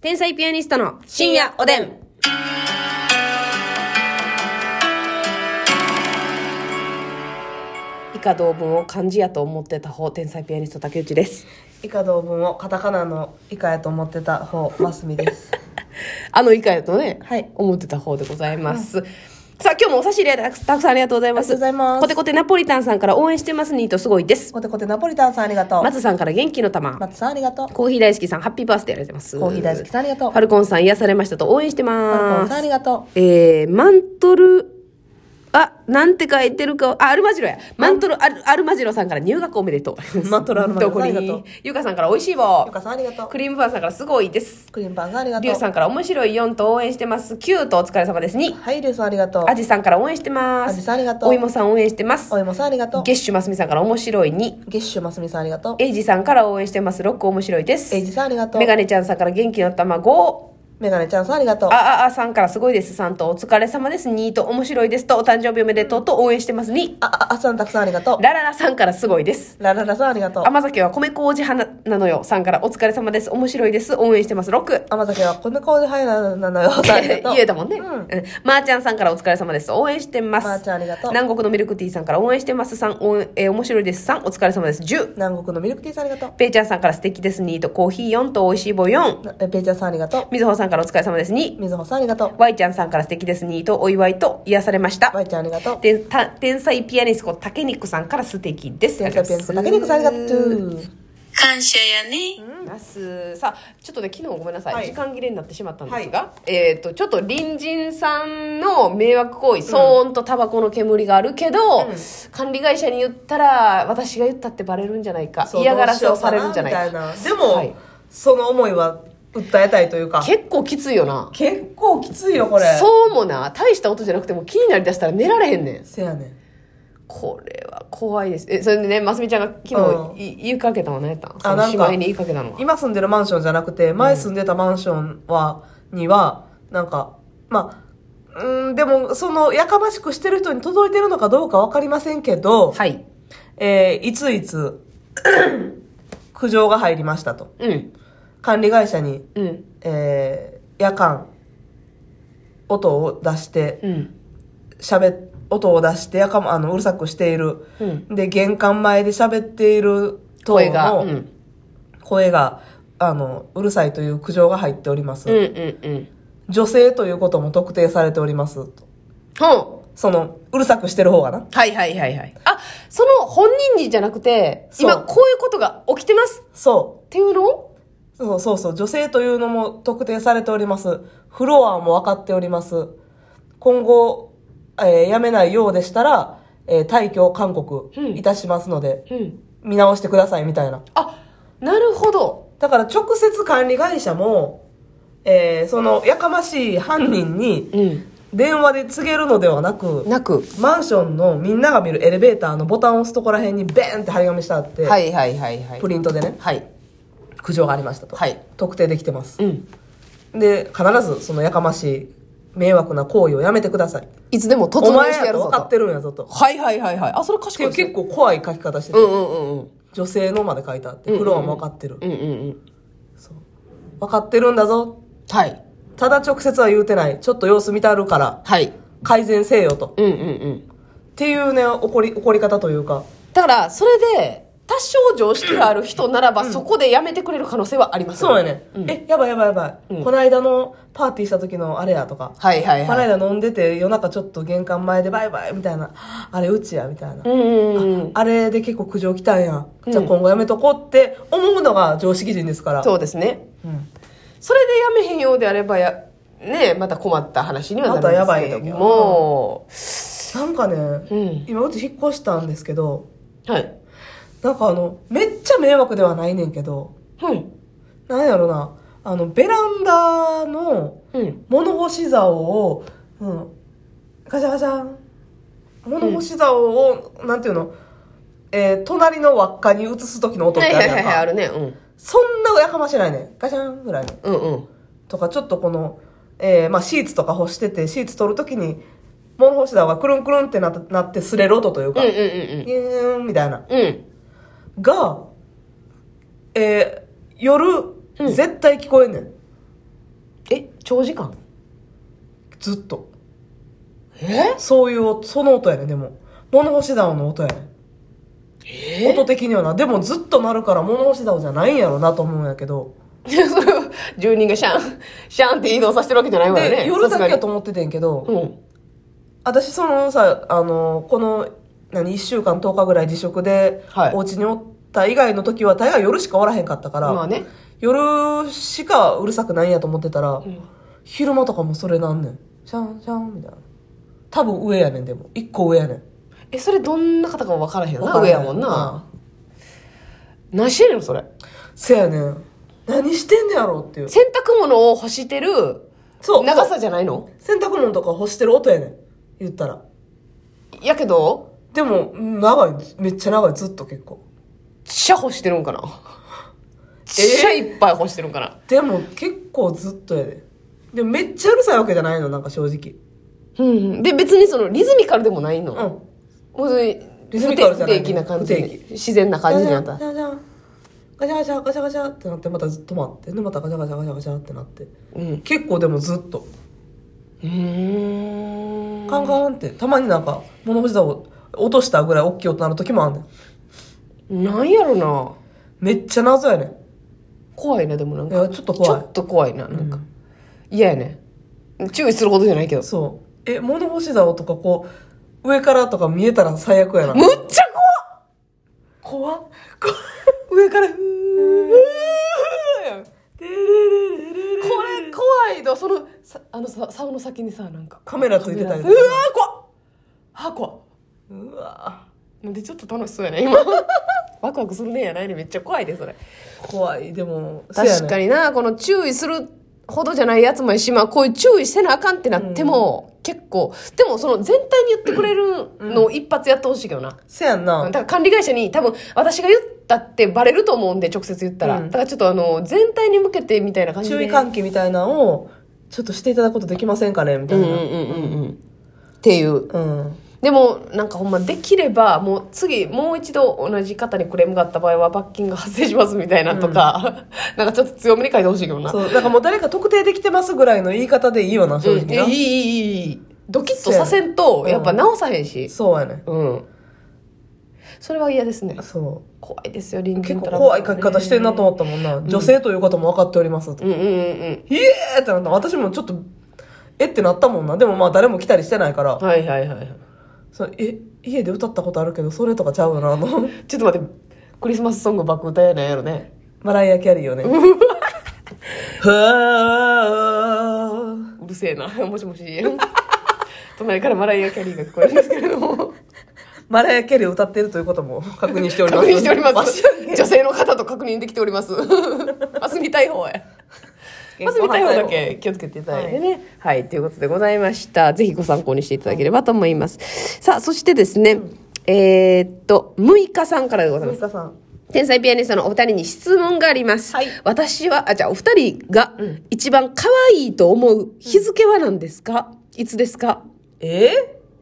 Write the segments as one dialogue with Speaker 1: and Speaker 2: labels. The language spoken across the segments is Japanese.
Speaker 1: 天才ピアニストの深夜おでん。以下同文を漢字やと思ってた方、天才ピアニスト竹内です。
Speaker 2: 以下同文をカタカナの以下やと思ってた方マスミです。
Speaker 1: あの以下やとね、
Speaker 2: はい
Speaker 1: 思ってた方でございます。さあ、今日もお差し入れたくたくさんありがとうございます。
Speaker 2: ありがとうございます
Speaker 1: コテコテナポリタンさんから応援してますニートすごいです。
Speaker 2: コテコテナポリタンさんありがとう。
Speaker 1: 松さんから元気の玉。
Speaker 2: 松さんありがとう。
Speaker 1: コーヒー大好きさん、ハッピーバースデーありがとうございます。
Speaker 2: コーヒー大好きさんありがとう
Speaker 1: ファルコンさん、癒されましたと応援して
Speaker 2: パルコ
Speaker 1: ま
Speaker 2: ンさんあ
Speaker 1: す。
Speaker 2: りがと
Speaker 1: えー、マントル、あ、なんて書いてるか、あ、アルマジロや。マントルアル、アルマジロさんから入学おめでとう。
Speaker 2: マントルアルマジロ
Speaker 1: どこに
Speaker 2: ありがとう。
Speaker 1: ゆかさんから美味しいう棒
Speaker 2: ゆ。かさんありがとう。
Speaker 1: クリームパンさんからすごいです。
Speaker 2: クリームパンさんありが
Speaker 1: りゅ
Speaker 2: と
Speaker 1: う
Speaker 2: う。
Speaker 1: さんから面白い4と応援してます。9とお疲れ様です。2。
Speaker 2: はい、りゅうさんありがとう。
Speaker 1: あじさんから応援してま
Speaker 2: あ
Speaker 1: す
Speaker 2: じ。さんありがとう。
Speaker 1: おいもさん応援してます
Speaker 2: お。いもさんありがとう。
Speaker 1: ゲッシュますみさんから面白い2。
Speaker 2: ゲッシュマスミさんありがとう。
Speaker 1: エイジさんから応援してます。6面白いです
Speaker 2: エ。イジさんありがとう。
Speaker 1: メガネちゃんさんから元気の玉5。
Speaker 2: メガネちゃんさんありがとう。
Speaker 1: あああさんからすごいです。3とお疲れ様です。2と面白いです。とお誕生日おめでとうと応援してます。2。
Speaker 2: あ、あ、あさんたくさんありがとう。
Speaker 1: ラララさんからすごいです。
Speaker 2: ラララさんありがとう。
Speaker 1: 甘酒は米麹派なのよ。さんからお疲れ様です。面白いです。応援してます。6。
Speaker 2: 甘酒はこんな顔で入らなのよ。さんありが とう。
Speaker 1: 言えたもんね。
Speaker 2: う
Speaker 1: うん
Speaker 2: ん。
Speaker 1: まー、ちゃんさんからお疲れ様です。応援してます。
Speaker 2: まーちゃんありがとう
Speaker 1: 南国のミルクティーさんから応援してます。3、応援えー面白いです。3、お疲れ様です。10。
Speaker 2: 南国のミルクティーさんありがと
Speaker 1: ペイちゃんさんから素敵です。2とコーヒー4と美味しい棒4。
Speaker 2: う。なえペイちゃんさんありがと
Speaker 1: みずほさんからお疲れ様です。2
Speaker 2: う。。みずほさんありがとう。
Speaker 1: ワイちゃんさんから素敵です。2とお祝いと癒されました。
Speaker 2: まいちゃんありがとう。
Speaker 1: 天た天才ピアニスコ竹肉さんから素敵です。
Speaker 2: 天才ピアノ竹肉さんありがとう。
Speaker 3: 感謝やね。
Speaker 1: ます。さあちょっとね昨日ごめんなさい、
Speaker 2: はい
Speaker 1: 時間切れになってしまったんですが、えっ、とちょっと隣人さんの迷惑行為、騒音とタバコの煙があるけど、管理会社に言ったら私が言ったってバレるんじゃないか
Speaker 2: そう
Speaker 1: 嫌がらせをされるんじゃないか
Speaker 2: どうしようかなみたいなでも、
Speaker 1: はい
Speaker 2: その思いは訴えたいというか
Speaker 1: 結構きついよな
Speaker 2: 結構きついよこれ
Speaker 1: そうもな大した音じゃなくても気になりだしたら寝られへんねん
Speaker 2: せやねん
Speaker 1: これは怖いですえそれでねますみちゃんが昨日、
Speaker 2: うん
Speaker 1: い言いかけたのは何やったんそ
Speaker 2: あ
Speaker 1: の
Speaker 2: なんか
Speaker 1: しまいに言いかけたのは
Speaker 2: 今住んでるマンションじゃなくて前住んでたマンションは、にはなんかまあうんでもそのやかましくしてる人に届いてるのかどうか分かりませんけど、
Speaker 1: はい
Speaker 2: えーいついつ 苦情が入りましたと
Speaker 1: うん
Speaker 2: 管理会社に、
Speaker 1: うん
Speaker 2: えー夜間音を出して
Speaker 1: うん
Speaker 2: 喋音を出してやかもあのうるさくしている、
Speaker 1: うん
Speaker 2: で玄関前で喋っている等の
Speaker 1: 声が、うん、うん
Speaker 2: 声があのうるさいという苦情が入っております、
Speaker 1: うんうん
Speaker 2: 女性ということも特定されておりますと
Speaker 1: ほ
Speaker 2: そのうるさくしてる方がな
Speaker 1: うはいはいはいはいあその本人にじゃなくて
Speaker 2: そう
Speaker 1: 今こういうことが起きてます
Speaker 2: そ
Speaker 1: っていうのを
Speaker 2: うそうそうそう女性というのも特定されておりますフロアも分かっております今後、えーやめないようでしたら、えー退去を勧告
Speaker 1: うん
Speaker 2: いたしますので、
Speaker 1: うん
Speaker 2: 見直してくださいみたいな
Speaker 1: あなるほど
Speaker 2: だから直接管理会社も、えーそのやかましい犯人に
Speaker 1: うん
Speaker 2: 電話で告げるのではなく、
Speaker 1: なく
Speaker 2: マンションのみんなが見るエレベーターのボタンを押すとこら辺にベーンって張り紙してあって、
Speaker 1: はいはいはいはい
Speaker 2: プリントでね、
Speaker 1: はい
Speaker 2: 苦情がありましたと。
Speaker 1: はい
Speaker 2: 特定できてます。
Speaker 1: うん
Speaker 2: で、必ずそのやかましい迷惑な行為をやめてください。
Speaker 1: いつでも突
Speaker 2: お
Speaker 1: 入
Speaker 2: 前
Speaker 1: してや
Speaker 2: や
Speaker 1: る
Speaker 2: と
Speaker 1: ぞ
Speaker 2: 分かっ
Speaker 1: と
Speaker 2: てるんやぞと。っ
Speaker 1: はいはいはいはいあそれ
Speaker 2: て
Speaker 1: 賢
Speaker 2: い
Speaker 1: いうですね
Speaker 2: 結構怖い書き方してて、
Speaker 1: うんうんうんうん
Speaker 2: 女性のまで書いてあって、
Speaker 1: うんうん
Speaker 2: フロアも分かってる。
Speaker 1: うんうんうん
Speaker 2: そう分かってるんだぞ。
Speaker 1: はい
Speaker 2: ただ直接は言うてない。ちょっと様子見てあるから、
Speaker 1: はい
Speaker 2: 改善せよと。
Speaker 1: うんうんうん
Speaker 2: っていうね、怒り、怒り方というか。
Speaker 1: だからそれで多少常識がある人ならば、そこでやめてくれる可能性はあります
Speaker 2: そうやね、
Speaker 1: ん
Speaker 2: え、やばいやばいやばい。
Speaker 1: うん
Speaker 2: この間のパーティーした時のあれやとか。
Speaker 1: はいはい
Speaker 2: この
Speaker 1: はい
Speaker 2: 間飲んでて夜中ちょっと玄関前でバイバイみたいな。あれうちやみたいな。
Speaker 1: うんうんうん
Speaker 2: あれで結構苦情来たんや。じゃあ
Speaker 1: うん
Speaker 2: 今後やめとこうって思うのが常識人ですから。
Speaker 1: そうですね
Speaker 2: うん
Speaker 1: それでやめへんようであればやねまた困った話にはな
Speaker 2: また
Speaker 1: る
Speaker 2: や
Speaker 1: ん
Speaker 2: ば
Speaker 1: で
Speaker 2: い
Speaker 1: す
Speaker 2: や
Speaker 1: け
Speaker 2: け
Speaker 1: ど
Speaker 2: ど
Speaker 1: も、
Speaker 2: なんかね、
Speaker 1: うん
Speaker 2: 今うち引っ越したんですけど、
Speaker 1: はい、
Speaker 2: なんかあの、めっちゃ迷惑ではないねんけど、
Speaker 1: うん
Speaker 2: なんやろな、あの、ベランダの
Speaker 1: うん、
Speaker 2: 物干し竿を、うん、ガシャガシャン。物干し竿を、なんていうの、えー隣の輪っかに移す時の音っ
Speaker 1: はい
Speaker 2: てあ
Speaker 1: は
Speaker 2: る
Speaker 1: い
Speaker 2: やん
Speaker 1: は
Speaker 2: か。
Speaker 1: いはいあるねうん
Speaker 2: そんなやかましないね。ガシャンぐらいの。
Speaker 1: うんうん
Speaker 2: とか、ちょっとこの、えー、まあ、シーツとか干してて、シーツ取るときに、物干し竿がくるんくるんってなってなってすれる音という
Speaker 1: うん
Speaker 2: か、
Speaker 1: うん
Speaker 2: ギューンみたいな。
Speaker 1: うんうんうん
Speaker 2: が、えー、夜、絶対聞こえんねん。
Speaker 1: え長時間
Speaker 2: ずっと。
Speaker 1: え
Speaker 2: そういう音、その音やね、でも。物干し竿の音やね。
Speaker 1: え
Speaker 2: 音的にはな。でもずっと鳴るから物干し竿じゃないんやろなと思うんやけど。
Speaker 1: それは住人がシャンシャンって移動させてるわけじゃないわよ
Speaker 2: で、
Speaker 1: ね
Speaker 2: 夜だけや
Speaker 1: と
Speaker 2: と思っててんけど、
Speaker 1: うん
Speaker 2: 私そのさ、あの、この、何、1週間10日ぐらい自粛で
Speaker 1: はい、
Speaker 2: お家におった以外の時は、大概夜しかおらへんかったから、
Speaker 1: まあね
Speaker 2: 夜しかうるさくないんやと思ってたら、
Speaker 1: ん
Speaker 2: 昼間とかもそれなんねん。シャンシャンみたいな。多分上やねん、でも。一個上やねん。
Speaker 1: えそれどんな方かも分からへんよ
Speaker 2: わ
Speaker 1: な
Speaker 2: からへ
Speaker 1: 上
Speaker 2: ん
Speaker 1: やもんな何してんのそれ
Speaker 2: せやねん。何してんねやろっていう。
Speaker 1: 洗濯物を干してる
Speaker 2: そう。
Speaker 1: 長さじゃないの
Speaker 2: 洗濯物とか干してる音やねん。言ったら。
Speaker 1: やけど
Speaker 2: でも、うん長い。めっちゃ長い。ずっと結構。
Speaker 1: シャ干してるんかなシャいっぱい干してるんかな
Speaker 2: でも結構ずっとやで。でもめっちゃうるさいわけじゃないの、なんか正直。
Speaker 1: うんうんで別にそのリズミカルでもないの、
Speaker 2: うん。
Speaker 1: もうそれ
Speaker 2: リズミカルじゃない
Speaker 1: 不定期な感じ
Speaker 2: 不定
Speaker 1: で自然な感じになった
Speaker 2: じゃじゃんガチャガチャガチャガチャってなって、またずっと待って。で、またガチャガチャガチャガチャってなって。
Speaker 1: うん
Speaker 2: 結構でもずっと。
Speaker 1: うーん
Speaker 2: カンカンって。たまになんか、物干し竿を落としたぐらい大きい音なる時もあんねん。
Speaker 1: なんやろな
Speaker 2: めっちゃ謎やねん。
Speaker 1: 怖いなでもなん
Speaker 2: いや、
Speaker 1: か
Speaker 2: ちょっと怖い
Speaker 1: ちょ。っと怖いななんか嫌、やね注意することじゃないけど
Speaker 2: そう。え、物干し竿とかこう、上からとか見えたら最悪やな。
Speaker 1: むっちゃ
Speaker 2: 怖っ怖っ上から、ふー
Speaker 1: 怖い
Speaker 2: てれれれれれ
Speaker 1: これ怖いのそのさあのさ竿の先にさなんか
Speaker 2: カメラついてたり
Speaker 1: う
Speaker 2: と
Speaker 1: わ
Speaker 2: か
Speaker 1: ー怖っあ怖っ
Speaker 2: うわ
Speaker 1: なんでちょっと楽しそうや ね今ワクワクするねやないねめっちゃ怖いでそれ
Speaker 2: 怖い。でも、
Speaker 1: 確か
Speaker 2: に。
Speaker 1: にな、この注意するほどじゃないやつもいいし、まあこういう注意せなあかんってなっても、結構、でもその全体に言ってくれるのを一発やってほしいけどな。
Speaker 2: せやんな。
Speaker 1: だから管理会社に多分私が言ったってバレると思うんで直接言ったら、
Speaker 2: うん
Speaker 1: だからちょっとあの全体に向けてみたいな感じで
Speaker 2: 注意喚起みたいなのを、ちょっとしていただくことできませんかねみた
Speaker 1: う
Speaker 2: い
Speaker 1: んう
Speaker 2: な。
Speaker 1: んうんうんうんっていう
Speaker 2: うん。
Speaker 1: でもなんかほんまできればもう次もう一度同じ方にクレームがあった場合は罰金が発生しますみたいなとか、 なんかちょっと強めに書いてほしいけどな
Speaker 2: そう。だからもう誰か特定できてますぐらいの言い方でいいよな、正
Speaker 1: うん、い
Speaker 2: 直な。
Speaker 1: いいいいいドキッとさせんと
Speaker 2: そうや
Speaker 1: や
Speaker 2: ね
Speaker 1: っぱ直さへんし
Speaker 2: そうやね。
Speaker 1: うん、それは嫌ですね
Speaker 2: そ
Speaker 1: 怖いですよ隣
Speaker 2: う。結
Speaker 1: 人
Speaker 2: 構
Speaker 1: トラブル
Speaker 2: 怖い書き方してんなと思ったもんな。女性ということも分かっております。
Speaker 1: うんうんうん
Speaker 2: イエーってなった私もちょっとえってなったもんなでもまあ誰も来たりしてないから
Speaker 1: うんはいはいはいはい
Speaker 2: そうえ家で歌ったことあるけどそれとかちゃうよなあの
Speaker 1: ちょっと待ってクリスマスソング爆歌やないやろね
Speaker 2: マライア・キャリーよ ねは
Speaker 1: うるせえな もしもし隣からマライア・キャリーが聞こえるんですけれど も
Speaker 2: あマライア・キャリー歌ってるということも 確認しておりま
Speaker 1: 確
Speaker 2: す
Speaker 1: 認しており ま
Speaker 2: わ
Speaker 1: す
Speaker 2: しは
Speaker 1: 女性の方と確認できております マスミ逮捕 へマスミ逮捕だけ気をつけていただいてねはい、ということでございましたぜひご参考にしていただければと思います、さあそしてですね、えーっと6日さんからでございます
Speaker 2: 森田さん
Speaker 1: 天才ピアニストのお二人に質問があります。
Speaker 2: はい
Speaker 1: 私は、あ、じゃあお二人が一番可愛いと思う日付は何ですか、いつですか
Speaker 2: え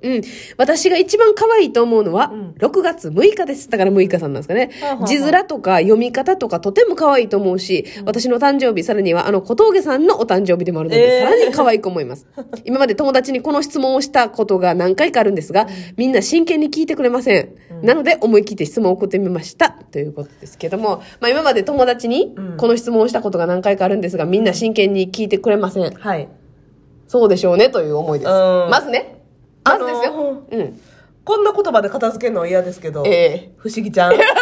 Speaker 1: うん。私が一番可愛いと思うのは、
Speaker 2: ん
Speaker 1: 6月6日です。だから6日さんなんですかね
Speaker 2: はあは。あ
Speaker 1: 字面とか読み方とかとても可愛いと思うし、私の誕生日、さらにはあの小峠さんのお誕生日でもあるので、
Speaker 2: えー
Speaker 1: さらに可愛く思い ます。今まで友達にこの質問をしたことが何回かあるんですが、みんな真剣に聞いてくれません。なので、思い切って質問を送ってみました。ということですけども、まあ今まで友達にこの質問をしたことが何回かあるんですが、みんな真剣に聞いてくれません。
Speaker 2: はい
Speaker 1: そうでしょうね、という思いです。
Speaker 2: うん
Speaker 1: まずね。まずです
Speaker 2: あの
Speaker 1: よ。うん。
Speaker 2: こんな言葉で片付けるのは嫌ですけど、
Speaker 1: え
Speaker 2: 不思 議ちゃん嫌
Speaker 1: 嫌
Speaker 2: や
Speaker 1: や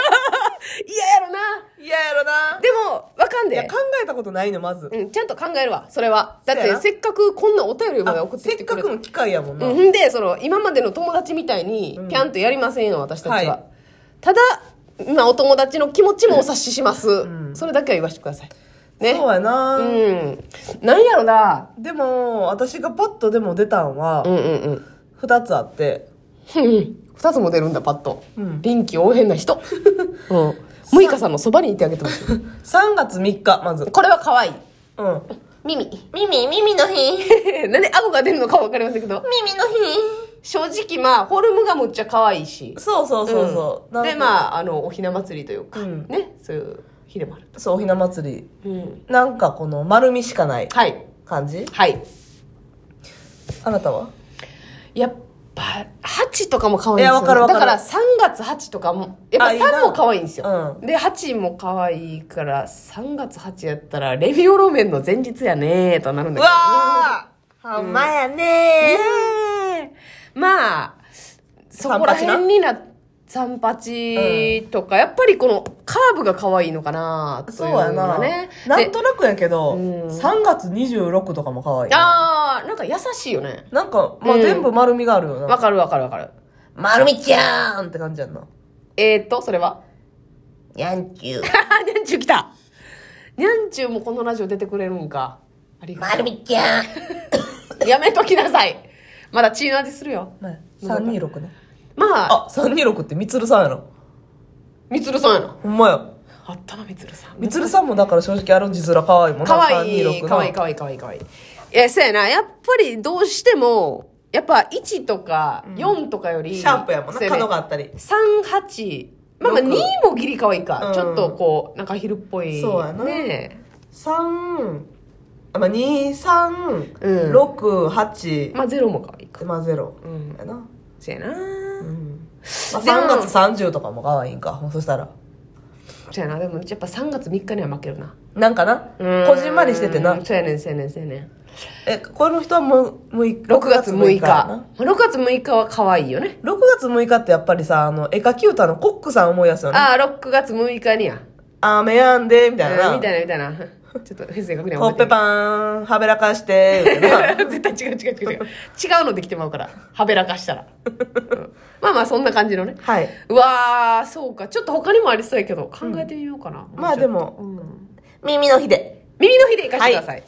Speaker 1: ろな
Speaker 2: ろな
Speaker 1: でもわかん
Speaker 2: いや
Speaker 1: で
Speaker 2: 考えたことないのまず
Speaker 1: うん、ちゃんと考えるわそれはだっ
Speaker 2: そうや
Speaker 1: て
Speaker 2: な
Speaker 1: せっかくこんなお便りまで送ってき
Speaker 2: せってか
Speaker 1: くれ
Speaker 2: く
Speaker 1: た
Speaker 2: の機会やもんな、
Speaker 1: うんでその今までの友達みたいにピャンとやりませんよ、私たちは、
Speaker 2: はい
Speaker 1: ただ、まあ、お友達の気持ちもお察しします、それだけは言わせてくださいね
Speaker 2: そうやな、
Speaker 1: うんなんやろな
Speaker 2: でも私がパッとでも出たんは
Speaker 1: うんうんうん
Speaker 2: 2つあって、
Speaker 1: 2つも出るんだパッと、臨機応変な 人、うん、ムイカさんのそばにいてあげてほしい
Speaker 2: 3月3日まず
Speaker 1: これは可愛い
Speaker 2: うん
Speaker 1: 耳
Speaker 3: 耳、耳の日。
Speaker 1: なんで顎が出るのか分かりませんけど
Speaker 3: 耳の日。
Speaker 1: 正直まあフォルムがむっちゃ可愛いし
Speaker 2: そうそうそうそう、
Speaker 1: で
Speaker 2: あ
Speaker 1: まああのおひな祭りというか、
Speaker 2: うん
Speaker 1: ねそういう日でもある
Speaker 2: そうおひな祭り
Speaker 1: うん
Speaker 2: なんかこの丸みしかない
Speaker 1: はい
Speaker 2: 感じ
Speaker 1: はい。
Speaker 2: あなたは
Speaker 1: やっぱ、8とかも可愛いんですよ。
Speaker 2: いやわかるわかる
Speaker 1: だから3月8とかも、やっ
Speaker 2: あ
Speaker 1: ぱ
Speaker 2: いいな
Speaker 1: 3も可愛いんですよ。
Speaker 2: う
Speaker 1: で、8も可愛いから、3月8やったら、レビオロメンの前日やねーとなるんだけど。
Speaker 2: ほんまやね
Speaker 1: ねえまあ、そこら辺にな、三八とか、やっぱりこのカーブが可愛いのかなと
Speaker 2: そう
Speaker 1: いう
Speaker 2: や
Speaker 1: のが
Speaker 2: な、
Speaker 1: ね。
Speaker 2: なんと
Speaker 1: で
Speaker 2: なくやけど、
Speaker 1: うん
Speaker 2: 3月26とかも可愛いな
Speaker 1: あー、なんか優しいよね。
Speaker 2: なんか、まあ、
Speaker 1: うん
Speaker 2: 全部丸みがあるよな、
Speaker 1: わかるわかるわかる。
Speaker 2: 丸みちゃーんって感じやんな
Speaker 1: えーっと、それ は
Speaker 2: やんちゅう
Speaker 1: にゃんちゅう来たにゃんちゅうもこのラジオ出てくれるんか。ありがと
Speaker 3: みちゃん。
Speaker 1: う。やめときなさい。まだ血の味する よ。
Speaker 2: 326ね
Speaker 1: まあ、
Speaker 2: あ326ってみつるさんやろ
Speaker 1: みつるさんやな。
Speaker 2: ほんまや
Speaker 1: あったな、みつるさん。
Speaker 2: みつるさんもだから正直あるんじずら可愛いもんな
Speaker 1: かわいい、
Speaker 2: 326な
Speaker 1: かわいい、かわいい、かわいい、かわいい。いや、そうやな。やっぱりどうしても、やっぱ1とか4とかより、
Speaker 2: シャープやもんな
Speaker 1: そうね
Speaker 2: 角があったり
Speaker 1: 3、8、まあまあ
Speaker 2: 6
Speaker 1: 2もギリかわいいか。
Speaker 2: うん
Speaker 1: ちょっとこう、なんか昼っぽい。
Speaker 2: そうやな
Speaker 1: ね
Speaker 2: 3あまあ
Speaker 1: うんえ
Speaker 2: 2368
Speaker 1: まあ0もかわいいか。
Speaker 2: まあ0
Speaker 1: うん。
Speaker 2: やな
Speaker 1: そうやな。
Speaker 2: うんまあ、
Speaker 1: でも
Speaker 2: 3月30とかも可愛いんかもうそしたら
Speaker 1: そうやな。でもやっぱ3月3日には負けるな。
Speaker 2: なんかな
Speaker 1: うん
Speaker 2: こじんまりしててな
Speaker 1: そうやねん、そうやねん、そうやねん。
Speaker 2: えこの人はもう6
Speaker 1: 6月6日。
Speaker 2: や
Speaker 1: ま
Speaker 2: な
Speaker 1: あ6月6日は可愛いよね。
Speaker 2: 6月6日ってやっぱりさあの絵描き歌のコックさん思い出すよね
Speaker 1: ああ、6月6日にや。
Speaker 2: 雨やんでみたい
Speaker 1: うん
Speaker 2: な
Speaker 1: みたいな、みたいな。 ちょっと、先生確認
Speaker 2: コッペパンはべらかしてみたいな
Speaker 1: 絶対違う違う違う違う。違うのできてまうから。はべらかしたら。うんまあまあ、そんな感じのね。
Speaker 2: はい。
Speaker 1: うわー、そうか。ちょっと他にもありそうやけど、考えてみようかな。
Speaker 2: まあでも
Speaker 1: うん
Speaker 2: 耳の日で
Speaker 1: 耳の日でいかしてください。